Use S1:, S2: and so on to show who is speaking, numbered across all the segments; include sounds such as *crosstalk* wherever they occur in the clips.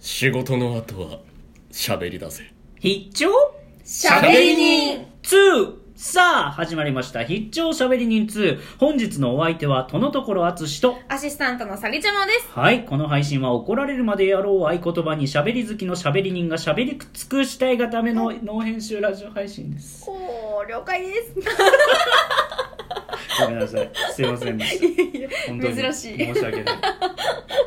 S1: 仕事の後は喋りだぜ
S2: 必聴し
S1: ゃべり
S3: 人
S2: 2! さあ、始まりました。必聴しゃべり人2。本日のお相手は、とのところあつしと、
S3: アシスタントのさりちゃまです。
S2: はい、この配信は怒られるまでやろう合言葉にしゃべり好きのしゃべり人がしゃべり尽くしたいがための脳編集ラジオ配信です。
S3: おー、了解です。
S2: ごめんなさい。すいませんでした。本当に
S3: 珍しい
S2: 申し訳ない。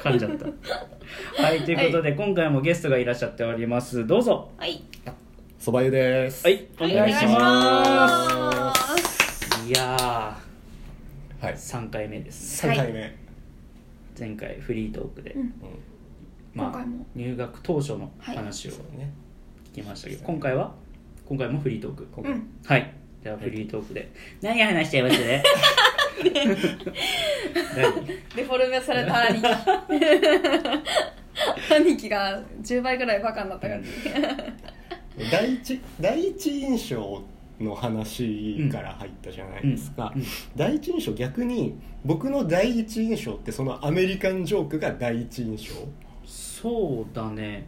S2: 噛んじゃった。はい、ということで、今回もゲストがいらっしゃっております。どうぞ。
S3: はい。
S1: そば湯です
S2: はい、お願いし
S3: は
S2: ま。
S3: いお願いします
S2: いや
S1: はい
S2: ー、3回目です。
S1: 3回目、
S2: 前回フリートークで、
S3: うん
S1: うん
S2: ま
S3: 今
S2: あ
S3: 回も
S2: 入学当初の
S3: はい
S2: 話を聞
S1: ね
S2: きましたけど、今回は今回もフリートーク
S1: 今
S3: う
S1: 回、
S3: ん。
S2: はいじゃあフリートークで、何話しちゃいますね
S3: デフォルメされた兄貴。兄貴が10倍ぐらいバカになったから。
S1: 第一第一印象の話から入ったじゃないですか、
S2: うんうん
S1: 第一印象逆に僕の第一印象ってそのアメリカンジョークが第一印象
S2: そうだね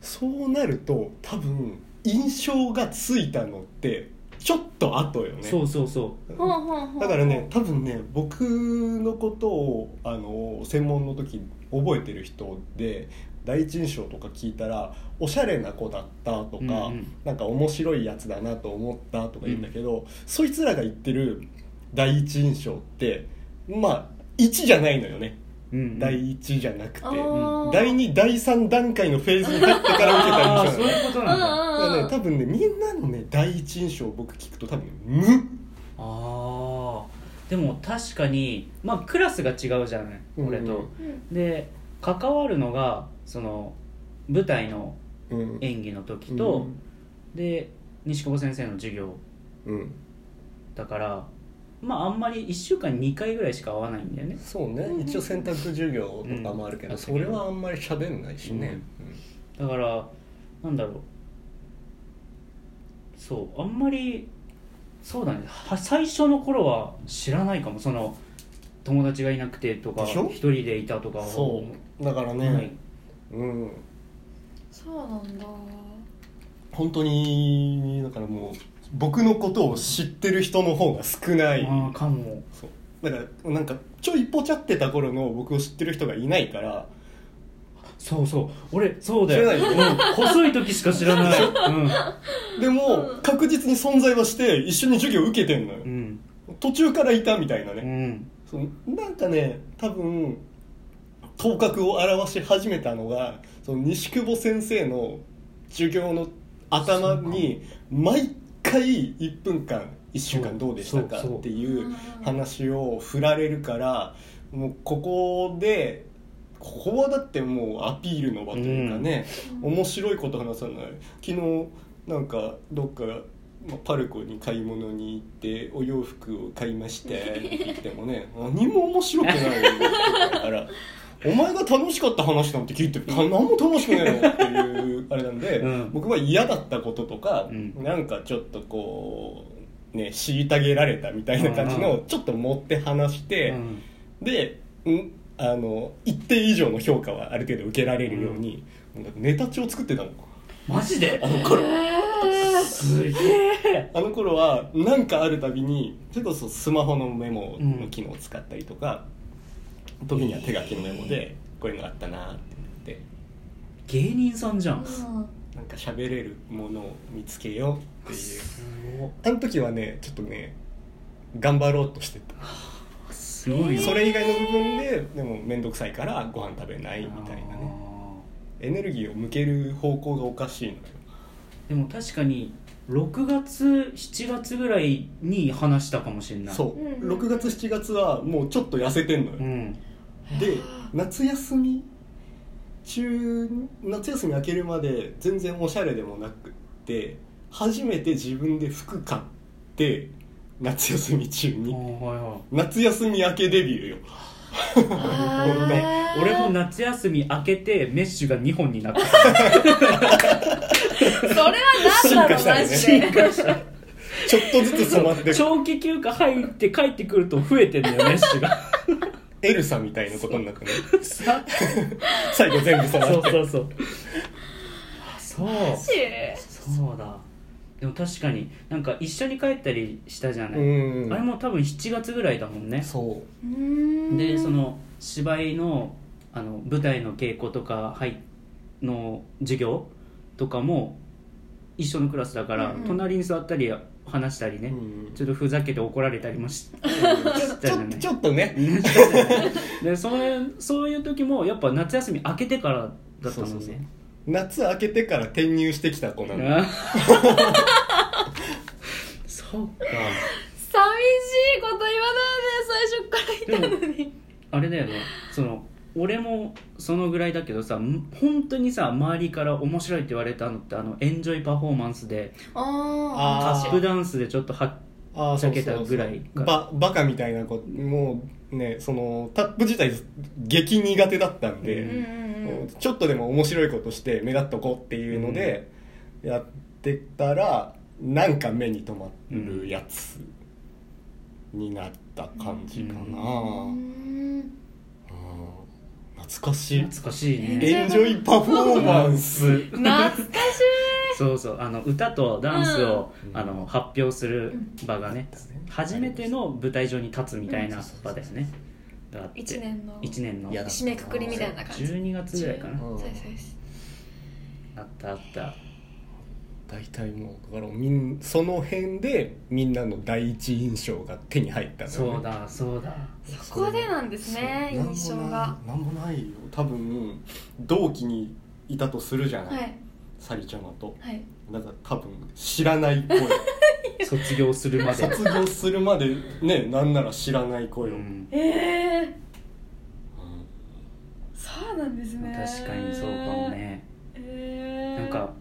S1: そうなると多分印象がついたのってちょっと後よね
S2: そうそうそ
S3: ほうほうほう。
S1: だからね。多分ね僕のことをあの専門の時覚えてる人で第一印象とか聞いたらおしゃれな子だったとか、
S2: うんうん
S1: なんか面白いやつだなと思ったとか言うんだけど、そいつらが言ってる第一印象ってまあ1じゃないのよね、
S2: う、うん、
S1: 第一じゃなくて
S3: あー
S1: 第2第3段階のフェーズに入ってから受けた
S2: あ
S1: 印象
S2: あ
S1: なの
S2: そう
S1: よ
S2: いうこと
S3: う
S2: なんんだ、
S1: だ
S2: あ
S1: からね
S3: うんうん。
S1: 多分ねみんなのね第一印象僕聞くと多分「無」
S2: あでも確かにまあクラスが違うじゃない俺と、
S1: うん
S3: うん
S2: で関わるのがその舞台の
S1: うん
S2: 演技の時と、で西久保先生の授業
S1: うん、
S2: だからまああんまり1週間に2回ぐらいしか会わないんだよね
S1: そうね
S3: うん
S1: 一応選択授業とかもあるけど、
S2: うん
S1: それはあんまり喋んないしね、
S2: だからなんだろうそうあんまりそうだねは最初の頃は知らないかもその友達がいなくてとか
S1: でしょ
S2: 一人でいたとかは
S1: そうだからね、
S2: はい
S1: うん
S3: そうなんだ。
S1: 本当にだからもう僕のことを知ってる人の方が少ない、
S2: ああかも
S1: そうだからなんかちょいぽちゃってた頃の僕を知ってる人がいないから
S2: そうそう俺そうだよ
S1: 知らない
S2: うん、細い時しか知らない
S1: でも確実に存在はして一緒に授業受けてんのよ
S2: う、ん
S1: 途中からいたみたいな
S2: う
S1: ね、
S2: ん
S1: そうなんかね多分頭角を表し始めたのがその西久保先生の授業の頭に毎回1分間1週間どうでしたか
S2: そうそう
S1: っていう話を振られるからもうここでここはだってもうアピールの場というかね、
S3: うん
S1: 面白いこと話さない昨日なんかどっかまあパルコに買い物に行ってお洋服を買いましてって言ってもね何も面白くないよって言ったからお前が楽しかった話なんて聞いて何も楽しくないよっていうあれなんで、
S2: うん
S1: 僕は嫌だったこととか、
S2: うん
S1: なんかちょっとこうね虐げられたみたいな感じ
S2: う
S1: のちょっと持って話して。
S2: うん
S1: で、ん、あの一定以上の評価はある程度受けられるように、もうネタ帳作ってたの
S2: マジで
S1: あの頃
S2: すげえ
S1: あの頃は何かあるたびにそれこそスマホのメモの機能を使ったりとか、時には手書きのメモでこういうのあったなって言って
S2: 芸人さんじゃん
S3: うん
S1: なんか喋れるものを見つけようっていう
S2: すご
S1: あの時はねちょっとね頑張ろうとしてた
S2: すごい
S1: それ以外の部分ででも面倒くさいからご飯食べないみたいなねエネルギーを向ける方向がおかしいのよ
S2: あーでも確かに6月7月ぐらいに話したかもしれない
S1: そう、
S3: うん
S1: 6月7月はもうちょっと痩せてんのよ、
S2: ん、
S1: で夏休み中夏休み明けるまで全然おしゃれでもなくって初めて自分で服買って夏休み中
S2: あー
S1: に
S2: はいはい
S1: 夏休み明けデビューよ
S3: あー
S2: 俺も夏休み明けてメッシュが2本になった
S3: それは何だろ
S1: 進化し
S3: う
S1: た
S3: マ
S1: よね
S3: ジで
S1: ちょっとずつ染まって *laughs*
S2: 長期休暇入って帰ってくると増えてんだよメッシュが
S1: エルサみたいなことになくね最後全部さ
S2: そうそうそうそうそうだでも確かになんか一緒に帰ったりしたじゃない、
S1: うん
S2: あれも多分7月ぐらいだもんね
S1: そう
S3: うん
S2: でその芝居のあの舞台の稽古とか、はい、の授業とかも一緒のクラスだから、
S3: うんうん
S2: 隣に座ったり話したりね、
S1: うん
S2: ちょっとふざけて怒られたりも
S1: *laughs*
S2: し
S1: ちょ
S2: し
S1: ち
S2: たじゃ
S1: ょ
S2: ない
S1: ちょっとね
S2: でそれそういう時もやっぱ夏休み明けてからだったもんね
S1: そうそうそう夏明けてから転入してきた子なの
S2: あ *laughs* そうか
S3: 寂しいこと言わないで最初から言ったのに
S2: あれだよねその俺もそのぐらいだけどさん本当にさ周りから面白いって言われたのってあのエンジョイパフォーマンスで
S3: あ
S2: カ
S1: あー
S2: ップダンスでちょっとは
S1: あー
S2: 避けたぐらいか
S1: ババカみたいな子もうねそのタップ自体激苦手だったんで、
S3: ーうんうんうん
S1: ちょっとでも面白いことして目立っとこうっていうのでやってたらなんか目に留まるやつになった感じかな、
S3: う
S1: うん
S3: ん
S1: 懐かしい
S2: 懐かしいね
S1: エンジョイパフォーマンス
S3: 懐かしい
S2: そうそうあの歌とダンスを、
S1: うん
S2: あの発表する場がね、初めての舞台上に立つみたいな場だよね、があって
S3: 一年の
S2: 一年の
S1: いや
S3: 締めくくりみたいな感じ
S2: 12月ぐらいかな
S1: うん
S3: そうですそうです
S2: あったあった
S1: 大体もうだからみんその辺でみんなの第一印象が手に入ったのよね
S2: そうだそうだ
S3: そこでなんですね
S1: そう
S3: 印象が
S1: なんもないなんもないよ多分同期にいたとするじゃない、
S3: はい
S1: サリちゃまと
S3: はい
S1: だから多分知らない *laughs* 声
S2: 卒業するまで、
S1: 卒業するまでねなんなら知らない声を、
S2: うん
S3: ええそうなんですね
S2: 確かにそうかもね
S3: ええ
S2: なんか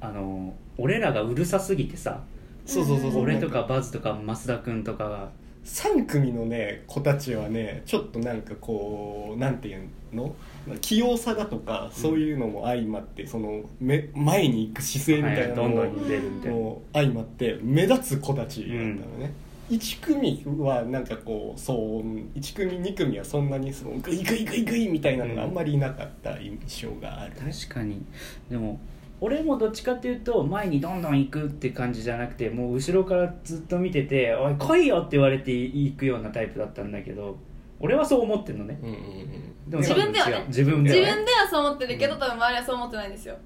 S2: あの俺らがうるさすぎてさ
S1: そうそうそうそう
S2: 俺とか
S1: なん
S2: バズとか増田君とかが
S1: 3組のね子たちはねちょっとなんかこうなんていうの器用さだとかそういうのも相まって、そのめ前に行く姿勢みたいな
S2: ど
S1: の
S2: ん
S1: も
S2: どん出るみたいな
S1: もう相まって目立つ子たちだったのね、1組はなんかこうそう1組2組はそんなにそのグイグイグイグイみたいなのがあんまりいなかった印象があるね、
S2: 確かにでも俺もどっちかっていうと前にどんどん行くって感じじゃなくてもう後ろからずっと見てて「おい来いよ!」って言われて行くようなタイプだったんだけど俺はそう思ってんのね
S1: うんうんうん
S2: で
S3: 自分ではね
S2: 違う自分で
S3: 自
S2: はね
S3: 分ではそう思ってるけど多分周りはそう思ってないんですよ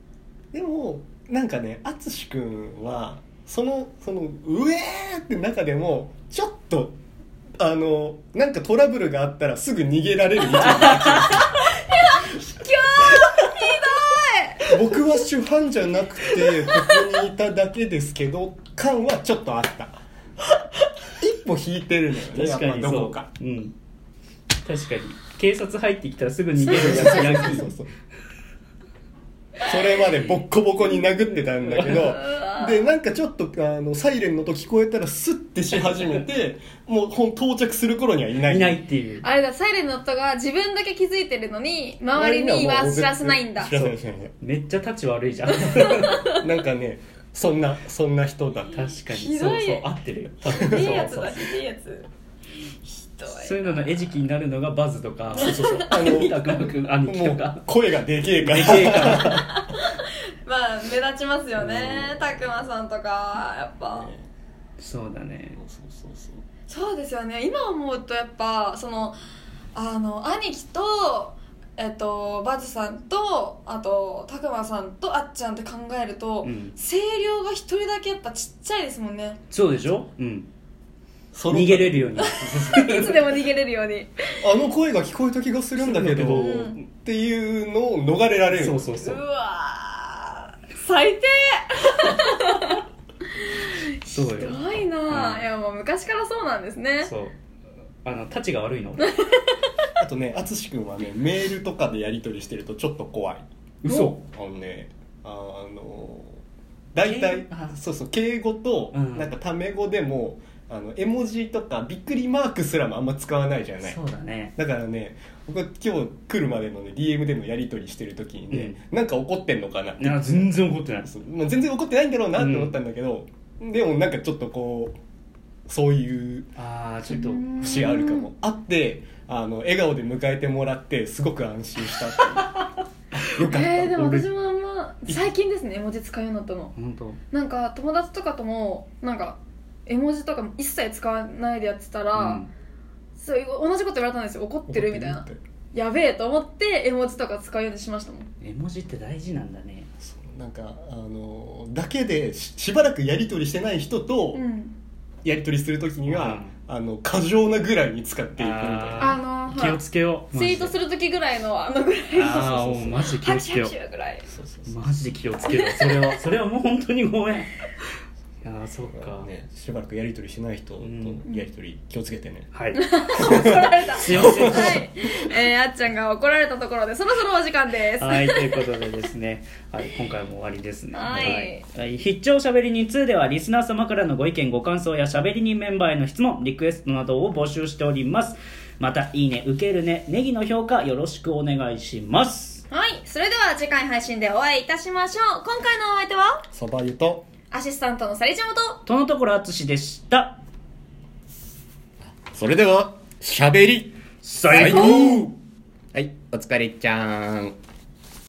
S1: でもなんかね淳君はそのそのうえーって中でもちょっとあのなんかトラブルがあったらすぐ逃げられる位置に僕は主犯じゃなくてここにいただけですけど感はちょっとあった一歩引いてるのよね
S2: 確かに
S1: やっぱど
S2: そ
S1: こ
S2: う
S1: か
S2: うん確かに警察入ってきたらすぐ逃げるやつが
S1: *laughs* そうそうそうそれまでボッコボコに殴ってたんだけどでなんかちょっとあのサイレンの音聞こえたらスッてし始めてもうほん到着する頃にはいない
S2: いないっていう
S3: あれだサイレンの音が自分だけ気づいてるのに周りには知らせないんだ
S1: 知らせない知らせ
S2: めっちゃ立ち悪いじゃん
S1: ないなんかねそんなそんな人だった
S2: 確かに
S3: ひ
S2: そ
S3: ど
S2: う
S3: い
S2: そう合ってるよ
S3: いいやつだ
S2: そうそう
S3: いいやつひどい
S2: そういうのの餌食になるのがバズとか
S1: そうそうそうあ
S2: たくまくん兄貴
S1: も
S2: と
S1: う
S2: か
S1: 声がでけえから
S3: まあ目立ちますよね
S1: うん
S3: たくまさんとかやっぱ
S2: そうだね
S1: そうそうそう
S3: そうですよね今思うとやっぱそのあの兄貴とえっとバズさんとあとたくまさんとあっちゃんって考えると、
S2: うん
S3: 声量が一人だけやっぱちっちゃいですもんね
S2: そうでしょうん
S1: その
S2: 逃げれるように
S3: いつでも逃げれるように
S1: あの声が聞こえた気がするんだけど、
S3: うん
S1: っていうのを逃れられる
S2: そうそうそうう
S3: わー最低
S2: そうよ
S3: ひどいな、
S2: うん
S3: いやもう昔からそうなんですね
S2: そうあのたちが悪いの俺
S1: あとね淳君はねメールとかでやり取りしてるとちょっと怖い
S2: 嘘
S1: あのねあの大体
S2: 敬語あ
S1: そうそう敬語と
S2: うん
S1: なんかタメ語でも、あの絵文字とかびっくりマークすらもあんま使わないじゃない
S2: そうだね
S1: だからね僕は今日来るまでの、ね、DM でのやり取りしてる時にね、なんか怒ってんのかなって
S2: いや全然怒ってない
S1: そうまあ、全然怒ってないんだろうなって思ったんだけど、でもなんかちょっとこうそういう
S2: ああちょっと
S3: うん
S1: 節あるかもあってあの笑顔で迎えてもらってすごく安心したっ
S3: *laughs*
S1: ていうよかった、
S3: えー、でも私もあんま最近ですね絵文字使うようになったの
S2: 本当
S3: なんか友達とかともなんか絵文字とかも一切使わないでやってたら、
S2: うん
S3: そう同じこと言われたんですよ怒ってるみたいな
S1: 怒ってるって
S3: やべえと思って絵文字とか使うようにしましたもん
S2: 絵文字って大事なんだね
S1: そうなんかあのだけでししばらくやり取りしてない人と
S3: うん
S1: やり取りするときには、あの過剰なぐらいに使っていくみたい
S2: あ
S1: な
S2: ー
S3: あの
S2: 気
S3: は
S2: を
S3: い
S2: つけよう
S3: ツイートす
S2: る
S3: る時ぐらいのあのぐらい
S2: ああ
S1: そう
S2: も
S1: そうそう
S2: う
S1: そう
S2: マジで気をつ
S3: 拍
S2: け
S3: 手
S2: よ
S3: 拍
S2: う
S3: 手ぐらい
S1: そうそうそう
S2: マジで気をつ
S3: *laughs*
S2: けろそれはそれはもう本当にごめんいやーそっか、
S1: ね、しばらくやり取りしてない人とやり取り気をつけてね、
S3: *laughs*
S2: はい
S3: 怒られた
S2: すいません
S3: はい、えー、あっちゃんが怒られたところでそろそろお時間です
S2: はい、ということでですね、はい、今回も終わりですね。
S3: はい
S2: はい。必聴しゃべり人2では、リスナー様からのご意見、ご感想やしゃべり人メンバーへの質問、リクエストなどを募集しております。また、いいね、受けるね、ネギの評価、よろしくお願いします。
S3: はいそれでは次回配信でお会いいたしましょう今回のお相手は
S1: サバ湯と
S3: アシスタントのさりちゃまと
S2: とのところ、あつしでした。
S1: それではしゃべり
S2: 最
S1: はいお疲れちゃん